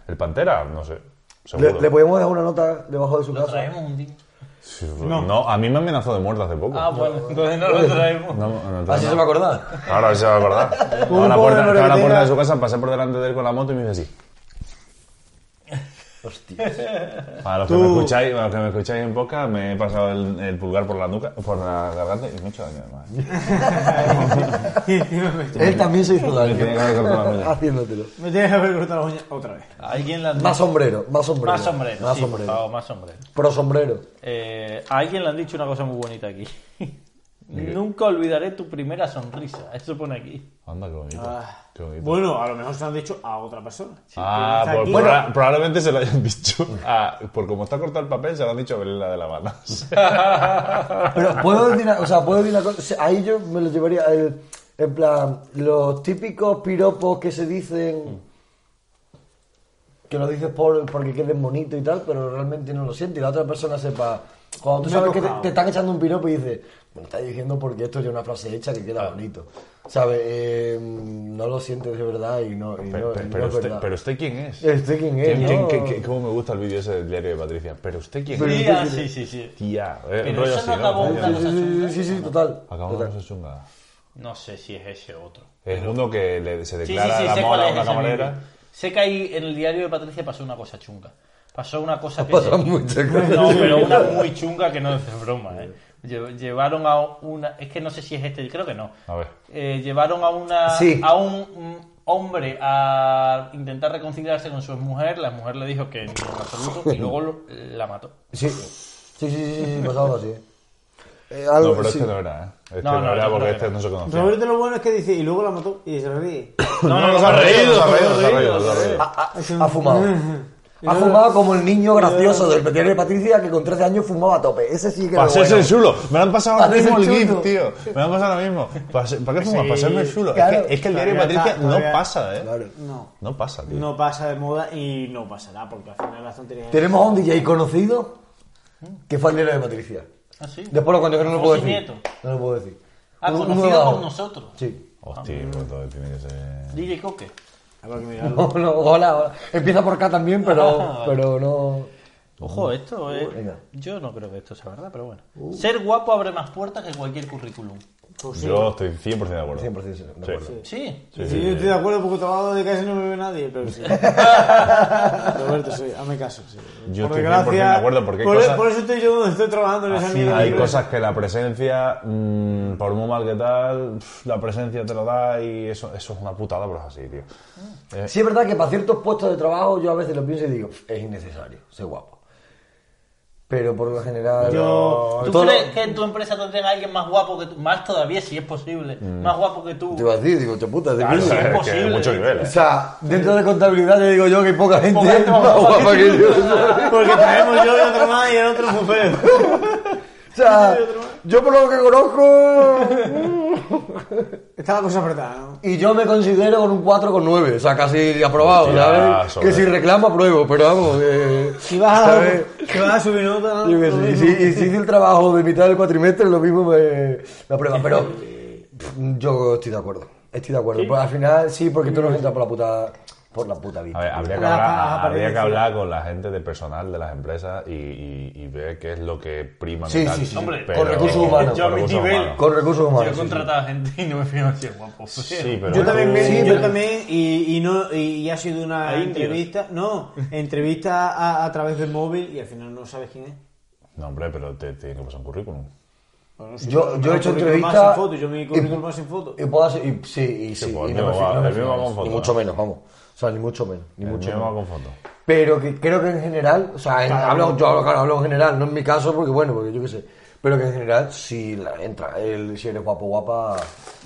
El Pantera, no sé. Seguro. Le, le podemos dejar una nota debajo de su Lo casa. traemos un día. Sí, no. a mí me amenazó de muerte hace poco. Ah, bueno, entonces no lo traemos. No, no, no, Así no. se me acordaba. Ahora se va a acordar. Estaba a la puerta, estaba a la puerta de su casa, pasé por delante de él con la moto y me hice así. Hostia. Para los que, me escucháis, para los que me escucháis en poca, me he pasado el, el pulgar por la nuca, por la garganta y me he hecho daño. además. ¿eh? Él también se hizo Me tenía que daño. haber cortado las uñas. Haciéndotelo. Me tienes que haber cortado las uñas otra vez. Alguien le han Más dicho. sombrero, más sombrero. Más sombrero. Más sí, por sombrero. favor, más sombrero. Pro sombrero. Eh, a alguien le han dicho una cosa muy bonita aquí. Nunca olvidaré tu primera sonrisa. Eso pone aquí. Anda, qué bonito. Qué bonito. Bueno, a lo mejor se lo han dicho a otra persona. ah, está por- aquí. proba- probablemente se lo hayan dicho. Ah, por como está cortado el papel, se lo han dicho a Belén la de la banda. Pero puedo decir, una- o sea, puedo decir una cosa. Ahí yo me lo llevaría. el- en plan, los típicos piropos que se dicen. Que lo dices por, porque queden bonito y tal, pero realmente no lo sientes. Y la otra persona sepa. Cuando tú sabes que te, te están echando un piropo y dices, me lo estás diciendo porque esto es una frase hecha que queda bonito. ¿Sabes? Eh, no lo sientes de verdad y no. y Pero, no- pero- y no pero es usted, verdad. pero usted quién es? Este quién es, ¿Quién- quién- ¿no? qué- qué- ¿Cómo me gusta el vídeo ese del diario de Patricia? ¿Pero usted quién Pero- es? Tía, sí, ah, sí, sí. Tía, eh, Pero rollo eso así, no acabó Rollo una así. Sí, sí, sí, sí, sí, sí, total. Acabamos con esa chunga. No sé si es ese otro. Es uno que le- se Sí, sí, declara sí, la sé cuál mola a es una ese camarera. vídeo. Sé que ahí en el diario de Patricia pasó una cosa chunga. Pasó una cosa que... Pasan muchas cosas. No, pero una muy chunga que no es broma, ¿eh? Lle- Llevaron a una... Es que no sé si es este, creo que no. A ver. Eh, llevaron a una Sí. a un mm, hombre a intentar reconciliarse con su mujer. La mujer le dijo que ni en absoluto y luego lo- la mató. Sí, sí, sí, sí, sí, pasaba algo así. Eh, No, algo, pero sí. este no era, ¿eh? Este No, no, no, era yo porque creo este que no se conocía. Roberto lo bueno es que dice, y luego la mató y se ríe. No, no, se ha reído, se ha reído, se ha reído, se ha reído. Ha, ha- ha fumado. Ha fumado como el niño gracioso del Pequeño de Patricia que con 13 años fumaba a tope. Pues Ese sí que era Pasé bueno. ese chulo. Me lo han pasado ahora Pasé mismo el ese GIF, chulo. tío. Me lo han pasado ahora mismo. Pasé- ¿Para qué fumas? Para hacerme el chulo. Es claro. que- Es que el diario de Todavía Patricia está, no todavía- pasa, ¿eh? Claro. No. No pasa, tío. No pasa de moda y no pasará, porque al final las tonterías... Tenemos a un DJ conocido que fue el negro de Patricia. ¿Ah, sí? Después lo conté que no lo José puedo decir. Nieto. No lo puedo decir. Ah, Un- un conocido nuevo. por nosotros. Sí. Hostia, pues todo tiene que ser. DJ Coque. No, no, hola, hola. Empieza por acá también, pero, pero no. Ojo, esto es... venga. Yo no creo que esto sea verdad, pero bueno. Ser guapo abre más puertas que cualquier currículum. Yo estoy 100% de acuerdo. 100% de acuerdo. Sí. Sí. Sí, Sí, sí, yo sí. estoy de acuerdo porque trabajo de casi no me ve nadie, pero sí. Roberto, sí, hazme caso. Sí. Yo estoy 100% de acuerdo porque hay por, cosas- por eso estoy yo donde estoy trabajando en Ah, esa mierda. Hay cosas que la presencia, mm, por muy mal que tal, pf, la presencia te lo da y eso, eso es una putada, pero es así, tío. Eh, Sí es verdad que para ciertos puestos de trabajo yo a veces lo pienso y digo, es innecesario, soy guapo. Pero por lo general... Yo- ¿Tú todo lo- crees que en tu empresa tendrían a alguien más guapo que tú? Más todavía, si es posible. Mm. Más guapo que tú. Te iba a decir, digo, chaputa, de claro, mierda". es que imposible. hay mucho nivel, O ¿eh? sea, dentro de contabilidad te digo yo que hay poca gente Poca gente más más guapa guapa que yo. Porque tenemos yo y otro más y el otro muy feo. O sea, yo por lo que conozco... Está la cosa apretada, ¿no? Y yo me considero con un 4 con 9, o sea, casi aprobado, Hostia, ¿sabes? sobre. Que si reclamo, apruebo, pero vamos... que- Si vas a, ¿sabes? si vas a subir nota, ¿no? Yo qué sé, pues, y si, y si hice el trabajo de mitad del cuatrimestre, lo mismo me, la prueba. Pero pff, yo estoy de acuerdo. Estoy de acuerdo. Pues al final, sí, porque tú no entras por la puta, por la puta A vista. ver, habría que, Las hablar, pajas habría que aparecen. hablar con la gente de personal de las empresas y, y- y ver qué es lo que prima. Sí, y tal. sí, sí, sí. Hombre, Pero- con recursos humanos. con Yo a mi recursos nivel. humanos. Con recursos Yo he humanos. sí, sí. contratado a gente y no me fío si es guapo. o feo. Sí, pero Yo también, me- Sí, yo pero- también y, y no y, y ha sido una A indios. entrevista, no, entrevista a, a través del móvil y al final no sabes quién es. No, hombre, pero te tiene que pasar un currículum. Bueno, sí, Yo- pero yo me he da hecho currículum entrevista más en foto, yo me y- currículum más en foto. Y puedo hacer- y- sí, y sí. pues, y el no me mío fío, va- no me el mío fío va en con eso, foto, Ni mucho ¿eh? menos, vamos. O sea, ni mucho menos. Ni El mucho mío menos. va con foto. Pero que creo que en general, o sea, en- hablo, yo hablo, claro, hablo en general, no en mi caso, porque bueno, porque yo qué sé. Pero que en general, si la, entra, el, si eres guapo, guapa.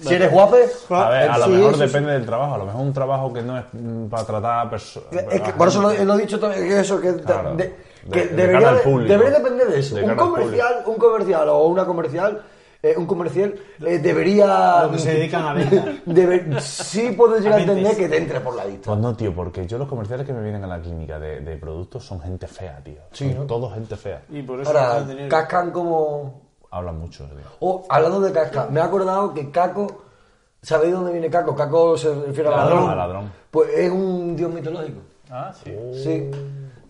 Si eres guapo, eh, A ver, a lo sí, mejor sí, sí. depende del trabajo. A lo mejor un trabajo que no es mm, para tratar a personas. Es que por eso lo, lo he dicho también, que eso, que, de- Claro. de- que De- de debería, cara al de- público. debería depender de eso. De un cara al comercial, un comercial o una comercial, eh, un comercial eh, debería. Lo que se dedican a venta. debe- sí puedes llegar a entender ventas. que te entre por la vista. Pues no, tío, porque yo los comerciales que me vienen a la clínica de, de productos son gente fea, tío. Sí, Son ¿no? Todos gente fea. Y por eso no Ahora, van a tener- cascan como. Hablan mucho, tío. Oh, hablando de casca, me he acordado que Caco. ¿Sabéis dónde viene Caco? Caco se refiere al Ladrón, ladrón. al ladrón. Pues es un dios mitológico. Ah, sí. Sí.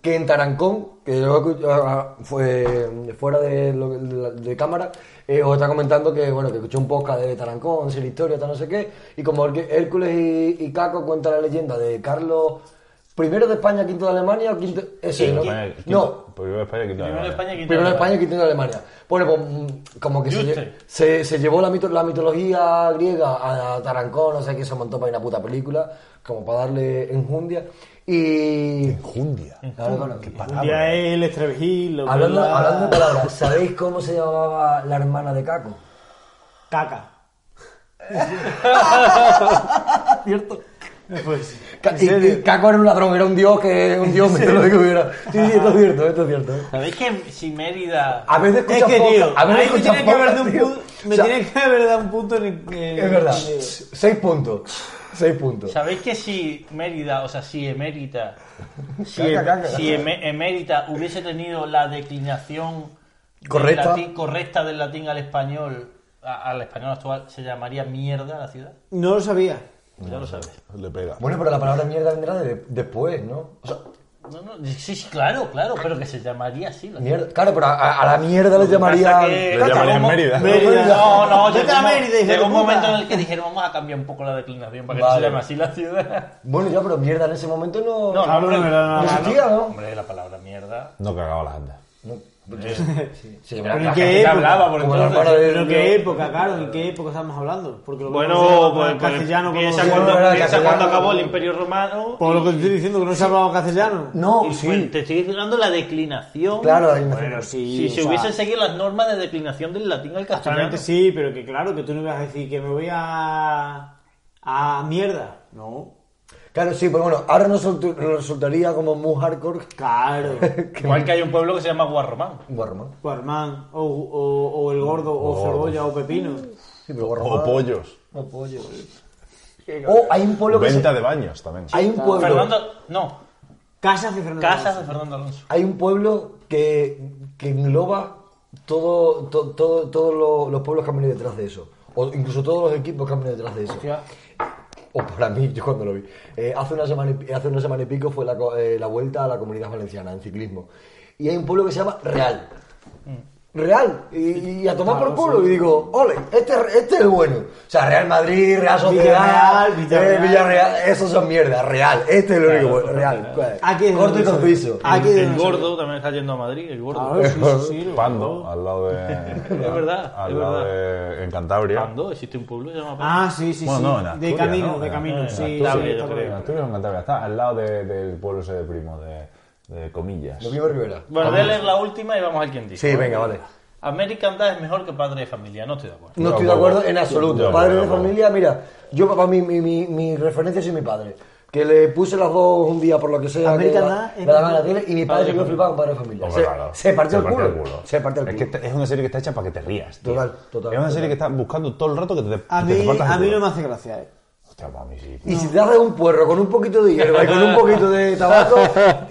Que en Tarancón, que yo escu- ah, fue fuera de, lo- de la- de cámara, eh, os está comentando que bueno que escuché un podcast de Tarancón, sin historia, tal no sé qué, y como Hércu- Hércules y, y Caco cuenta la leyenda de Carlos I de España, quinto de Alemania, o quinto, ese, ¿no? España, quinto- No, Primero de España, quinto de Primero Alemania. España, quinto Primero de Alemania. España y quinto de Alemania. Bueno, pues mm, como que se, Juste. lle- se, se llevó la, mito- la mitología griega a, Tarancón, no sé qué, se montó para una puta película, como para darle enjundia. Y. Jundia. Claro, claro. Un día es el extrevigil, otro Ah, Hablando, es la- hablando de palabras, ¿sabéis cómo se llamaba la hermana de Caco? Caca. ¿Cierto? Pues sí. Caco era un ladrón, era un dios que un dios me lo que hubiera. Sí, sí, esto es cierto, esto es cierto. ¿Sabéis que si Mérida... A veces Es escuchas que, podcast, tío, a veces ahí me escuchas tiene que haber podcast, dado un tío. punto. Me O sea, tiene que haber dado un punto en el. Es verdad, seis puntos. Seis puntos. ¿Sabéis que si Mérida, o sea, si Emérita, si, Em- Caca, caca. si Eme- Emérita hubiese tenido la declinación del Correcta. latín- correcta del latín al español, a- al español actual, se llamaría mierda la ciudad? No lo sabía. Ya Mm. lo sabes. Le pega. Bueno, pero la palabra mierda vendrá de- después, ¿no? O sea, No, no, sí, sí, claro, claro, pero que se llamaría así. La mierda. Claro, pero a, a la mierda le llamaría. Pasa que- Le llamarían Mérida. Mérida. No, no, Vete llegó, a un- Mérida, hijo llegó de un puta. momento en el que dijeron vamos a cambiar un poco la declinación para que no Vale. se llame así la ciudad. Bueno, ya, pero mierda en ese momento no. No, no, Hablo de hombre, verdad, no no, no. existía, ¿no? Hombre, la palabra mierda. No cagaba la gente. pues, Sí, ¿Pero en la qué gente época? hablaba por Como la entonces. hermana de- ¿Pero qué época, claro? ¿En qué época estamos hablando? Porque lo Bueno, mismo se hablaba pues, en pues, castellano como piensa se- cuando, no era piensa castellano. cuando acabó el Imperio Romano. Por lo que te estoy diciendo, que no se hablaba castellano. No, y Oh, sí. fue- te estoy dando la declinación. Claro, la imaginación. Bueno, sí. Si o se sea, hubiesen seguido las normas de declinación del latín al castellano. Claramente sí, pero que claro, que tú no ibas a decir que me voy a. a mierda. No. Claro, sí, pero bueno, ahora nos soltu- nos resultaría como muy hardcore. Claro. Igual que hay un pueblo que se llama Guarromán. Guarromán. Guarmán, o, o, o el gordo, o cebolla, o pepino. Sí, pero Guarromán. O pollos. O pollo. O hay un pueblo que se. Venta de baños también. Hay un pueblo. Fernando, no, Casas de Fernando. casas Alonso. de Fernando Alonso. Hay un pueblo que, que engloba todo, to- todo- todos los, los pueblos que han venido detrás de eso. O incluso todos los equipos que han venido detrás de eso. O para mí, yo cuando lo vi. Eh, hace, una semana y, pi- hace una semana y pico fue la, co- eh, la vuelta a la comunidad valenciana en ciclismo. Y hay un pueblo que se llama Real. Mm. Real. Y, y a tomar por culo. Y digo, ole, este, este es el bueno. O sea, Real Madrid, Real Sociedad, Villarreal, Villarreal. eh, Villarreal, esos son mierdas. Real, este es el único bueno. Real. Aquí es Corto y donde se- conciso. Aquí es El donde se- gordo también está yendo a Madrid, el gordo. Claro, sí, sí, sí, lo- Pando, al lado de. Es verdad, Al es lado verdad. de. En Cantabria. Cuando existe un pueblo que se llama Pando. Ah, sí, sí, Bueno, sí. no, en de Asturias, camino, ¿no? de camino, En sí. Asturias, sí, yo está por ahí. En Asturias o en Cantabria. Está al lado de- del pueblo ese de primo, de, de comillas. Lo mismo Rivera. Bueno, voy a leer la última y vamos al quien dice. Sí, venga, vale. American Dad es mejor que Padre de Familia, no estoy de acuerdo. No estoy de acuerdo en absoluto. Padre de familia, mira, yo para mí mi, mi, mi referencia es mi padre. Que le puse las dos un día por lo que sea. que América la, Latina, me daban a la tele y mi padre se quedó flipado con padre de familia. Hombre, Se, claro. se partió Se el partió culo. el culo. Se partió el Es culo. que esta- es una serie que está hecha para que te rías. tío. Total, total, Es una total. serie que está buscando todo el rato que te, A que te mí, partas el a mí culo. no me hace gracia, eh. Hostia, pues a mí sí. Y si te haces un puerro con un poquito de hierba y con un poquito de tabaco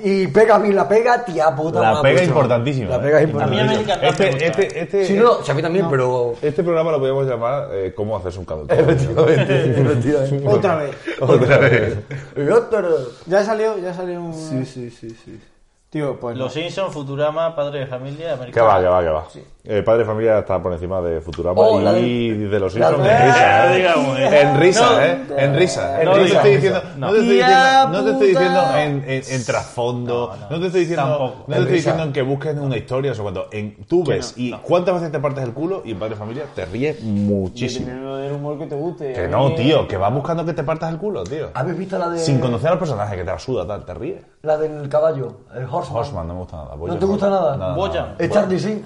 y pega bien la pega, tía puta. La madre, pega es pues, importantísima. ¿eh? La pega es A mí importante. American Dad me Este, gusta. este, este, Si no, si a mí también, pero. este programa lo podemos llamar eh, ¿Cómo haces un caldo? Efectivamente, efectivamente. Otra vez. Otra vez. Y otro. Ya salió, ya salió un. Sí, sí, sí, sí. Tío, pues. no. Los Simpsons, Futurama, Padre de Familia, Que American va, Dad. que va, que va. Eh, padre de familia está por encima de Futurama Oh, la y de los la Simpsons. de- En risa, no ¿eh? digamos eso. En risa, No, ¿eh? En risa. no no, te digamos estoy diciendo, eso. no. te estoy Tía diciendo, no te estoy puta. diciendo en, en- en trasfondo, no, te estoy diciendo, Tampoco. no te estoy risa. diciendo en que busques una historia o sea, cuando en, tú ves y cuántas veces te partes el culo y en padre de familia te ríes muchísimo. Dependiendo del humor que te guste. eh. Que A no, mí- tío, que vas buscando que te partas el culo, tío. ¿Habéis visto la de Sin conocer al personaje, que te la suda, tal, te ríes. la del caballo? El Horseman. Horseman, no me gusta nada. Bojack te gusta Horseman. nada? Bojack. Es Charlie Sheen.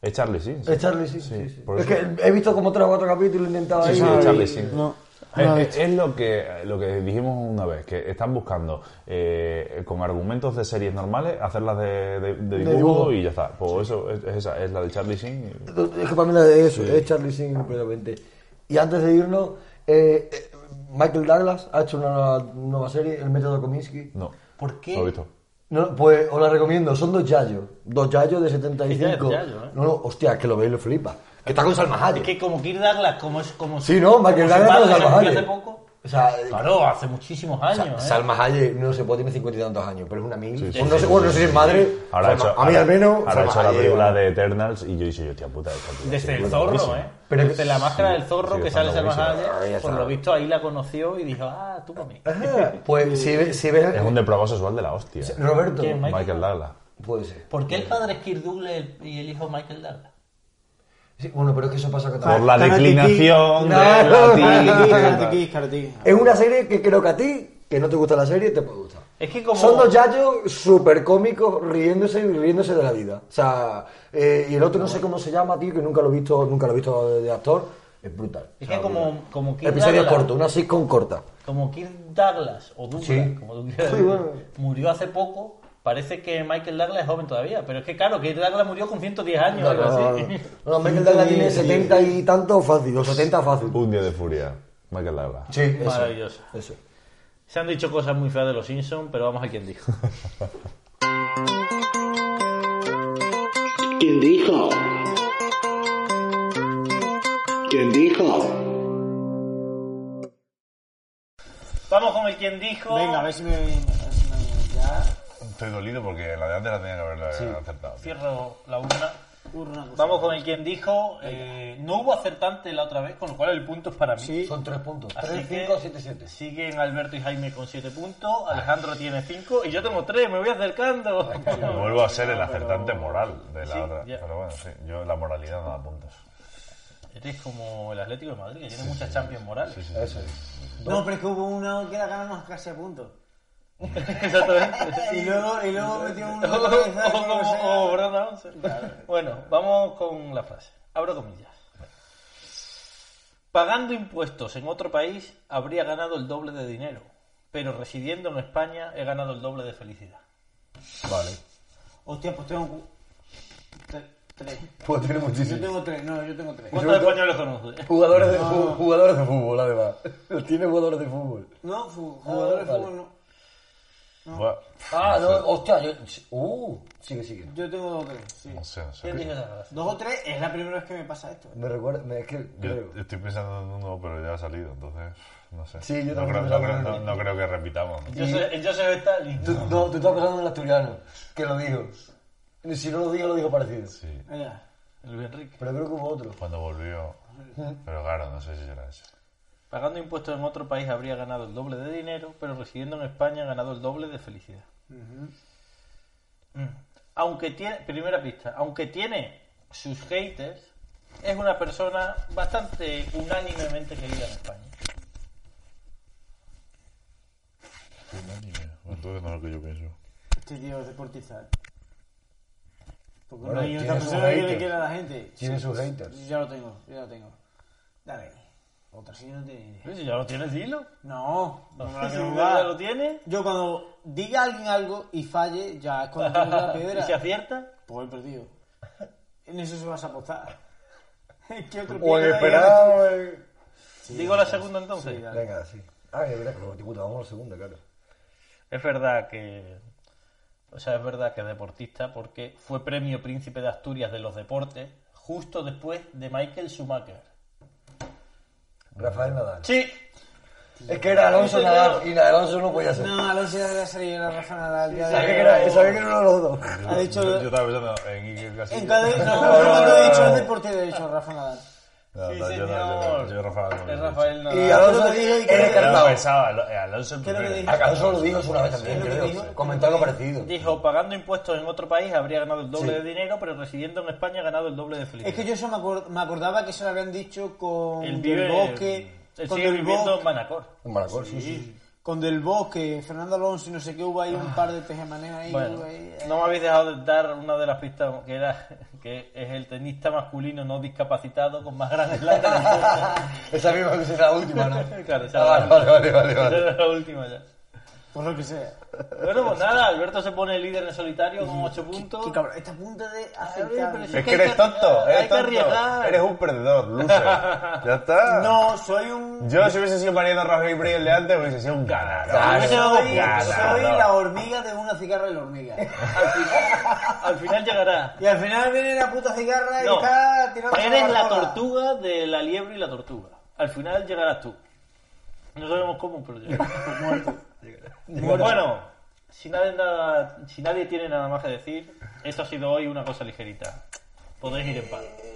Es Charlie, sí. sí. Es Charlie Sheen. Sí, sí. por Es eso. que he visto como tres o cuatro capítulos intentado Sí, ahí. sí, y- es Charlie, sí. no Es- lo he es, es lo que lo que dijimos una vez, que están buscando eh, con argumentos de series normales hacerlas de, de- de dibujo, dibujo. y ya está. Pues eso es, es esa, es la de Charlie Sheen. y- Es que para mí la de eso, es Charlie Sheen completamente. Y antes de irnos, eh, eh, Michael Douglas ha hecho una nueva, nueva serie, El método Kominsky. No. ¿Por qué? No lo he visto. No, pues os la recomiendo, son dos yayos, dos yayos de 75. Ya es yayo, ¿eh? No, no, hostia, es que lo veis y lo flipa. Que está con Salma Es Hayek. que como Kirk Douglas, como es como Sí, no, Michael como su Douglas padre, con que se Salma murió Hayek. hace poco. O sea, Claro, hace muchísimos años. Sa- ¿eh? Salma Hayek, no sé, puede tiene cincuenta y tantos años, pero es una mil. sí, Pues no sí, sé, sí, bueno, no sí, sé si es sí. madre. Ahora ha Salma- hecho, a mí ahora- al menos. Ahora ha Salma hecho la Hayek, película bueno. de Eternals y yo dije, yo, tía puta. esta tía Desde sí, el está zorro, buenísima. ¿eh? Pero- Desde la máscara del zorro Sí, que está sale Salma buenísimo. Ahí Hayek, está. por lo visto ahí la conoció y dijo, ah, tú para mí. Ajá, Pues si, ve- si ves. Es un depravado sexual de la hostia. Roberto. ¿Quién, Michael? Michael Douglas. Puede ser. ¿Por qué el padre es Kirk Douglas y el hijo Michael Douglas? Sí, bueno, pero es que eso pasa que Por también. la Karate Kid. declinación de No, no, Karate Kid, la Karate Kid, Karate Kid. Es una serie que creo que a ti, que no te gusta la serie, te puede gustar. Es que como... Son dos yayos súper cómicos, riéndose y riéndose de la vida. O sea, eh, y el otro no sé cómo se llama, tío, que nunca lo he visto, nunca lo he visto de, de actor. Es brutal. Es que como, como Kirk Episodio Douglas- corto, una sitcom corta. Como Kirk Douglas, o Douglas, Sí. como tú quieras Sí, decir, bueno. murió hace poco, parece que Michael Douglas es joven todavía. Pero es que claro, Kirk Douglas murió con 110 años o No, algo no, no, así. Ah, no. No, Michael Douglas tiene 70 y tanto fácil, o 70 fácil. Un día de furia. Michael Douglas. Sí, eso, Maravilloso. Eso. Se han dicho cosas muy feas de los Simpsons, pero vamos a quien dijo. ¿Quién dijo? ¿Quién dijo? Vamos con el quien dijo. Venga, a ver si me. a ver si me- Ya. Estoy dolido porque la de antes la tenía que haber acertado. tío. Cierro la urna. Ocurre una cosa. Vamos con el quien dijo. eh, no hubo acertante la otra vez, con lo cual el punto es para mí. Sí. Son tres puntos. Así 3, que 5, 7, 7. Siguen Alberto y Jaime con 7 puntos, Alejandro tiene 5 y yo tengo 3, me voy acercando. Vuelvo a ser el acertante moral de la Sí, otra. ya. Pero bueno, sí, yo la moralidad no la apunto. Este es como el Atlético de Madrid, que tiene muchas Champions morales. Sí, sí, sí. No, pero es que hubo una que la ganamos casi a punto. Exactamente. Y luego, y luego metió O un. como- o Brandon Anson. Bueno, vamos con la frase. Abro comillas. Pagando impuestos en otro país habría ganado el doble de dinero, pero residiendo en España he ganado el doble de felicidad. Vale. Hostia, pues tengo. cu- tre- Tres. Pues tiene Yo muchísimo. tengo tres, no, yo tengo tres. ¿Cuántos españoles conoces? Jugadores de, fu- jugadores de fútbol, además. Tiene jugadores de fútbol. Ah, No, fu- jugadores de vale. fútbol no. Bueno, Ah, no, hostia, yo. Uh, sigue, sigue. Yo tengo dos o tres, sí. no sé, no sé. ¿Quién dijo esa frase? Dos o tres es la primera vez que me pasa esto. Me recuerda. Me, es que creo. Yo estoy pensando en uno, pero ya ha salido, entonces no sé. Sí, no yo también creo, no, pensaba creo, en uno. no- no creo que repitamos. El Joseph- el Joseph Stalin. Tú, no, tú estás pensando en el asturiano, que lo dijo. Si no lo digo, lo dijo parecido. Sí, Mira, El Luis Enrique. Pero creo que hubo otro. cuando volvió. Pero claro, no sé si será ese. Pagando impuestos en otro país habría ganado el doble de dinero, pero residiendo en España ha ganado el doble de felicidad. Mm. Aunque tiene, primera pista, aunque tiene sus haters, es una persona bastante unánimemente querida en España. Un anime. Entonces no es lo que yo pienso. este tío es deportista. ¿eh? Porque Bueno, no hay tiene otra sus persona que le haters. quiera a la gente. Tiene Sí, sus sí, haters. sí, Ya lo tengo, ya lo tengo. Dale. Otra sí no tiene ni idea. Pero Si ya lo tienes, dilo. No, no me la Si quiero ya jugar. lo tienes. Yo cuando diga a alguien algo y falle, ya es cuando tengo la ¿Y si piedra. acierta? Pues he perdido. En eso se vas a apostar. ¿Qué O otro en piedra hay? esperado, o en- Digo la segunda entonces. Sí, dale. Venga, sí. Ah, es verdad, como te puta, vamos a la segunda, claro. Es verdad que. O sea, es verdad que es deportista porque fue premio Príncipe de Asturias de los deportes justo después de Michael Schumacher. Rafael Nadal. Sí, Es que era Alonso Sí, Nadal señor. y Nadal Alonso no podía ser. No, Alonso ya había salido la Rafa Nadal. ya Sabía había- que era, sabía que era uno de los dos. Ha dicho- Yo- yo estaba pensando en Iker En cada no, no, cuando he dicho el deporte he dicho Rafa Nadal. No, no, yo no, yo, yo, Rafael. Es Rafael Nadal. Y Alonso dijo dije- que era Yo encartado. pensaba, Alo- eh, Alonso el primero. Alonso Ah, lo dijo una vez también, creo. Comentó algo parecido. Dijo, pagando impuestos en otro país habría ganado el doble de dinero, pero residiendo en España ha ganado el doble de Es felicidad. que yo eso me, acor- me acordaba que se lo habían dicho con Él Del vive- Bosque. él con sigue Del viviendo en Bosque, Manacor. En Manacor, sí, sí. sí. con Del Bosque, Fernando Alonso y no sé qué, hubo ahí un par de tejemaneos ahí. Ah. Bueno, hubo ahí- eh, no me habéis dejado de dar una de las pistas que era que es el tenista masculino no discapacitado con más gran slam de la historia. Esa misma que es la última, ¿no? Claro, esa Ah, era la- vale, vale, vale, vale. esa era la última ya. Por lo que sea. Bueno, pues nada, Alberto se pone líder en solitario con 8 puntos. Qué cabrón, está a punto A de ver, acertar. pero Es Hay que eres que- tonto, hay eres que tonto. arriesgar. Eres un perdedor, loser. Ya está. No, soy un. Yo si hubiese sido Mariano Rajoy Brey el de antes hubiese sido un ganador. soy, soy ganador. la hormiga de una cigarra y la hormiga. Al final, al final llegará. Y al final viene la puta cigarra y No, está tirando. eres la tortuga de la liebre y la tortuga. Al final llegarás tú. No sabemos cómo, pero Pues llegarás. Llegarás. Bueno, si nadie, nada- si nadie tiene nada más que decir, esto ha sido hoy una cosa ligerita. Podéis ir en paz.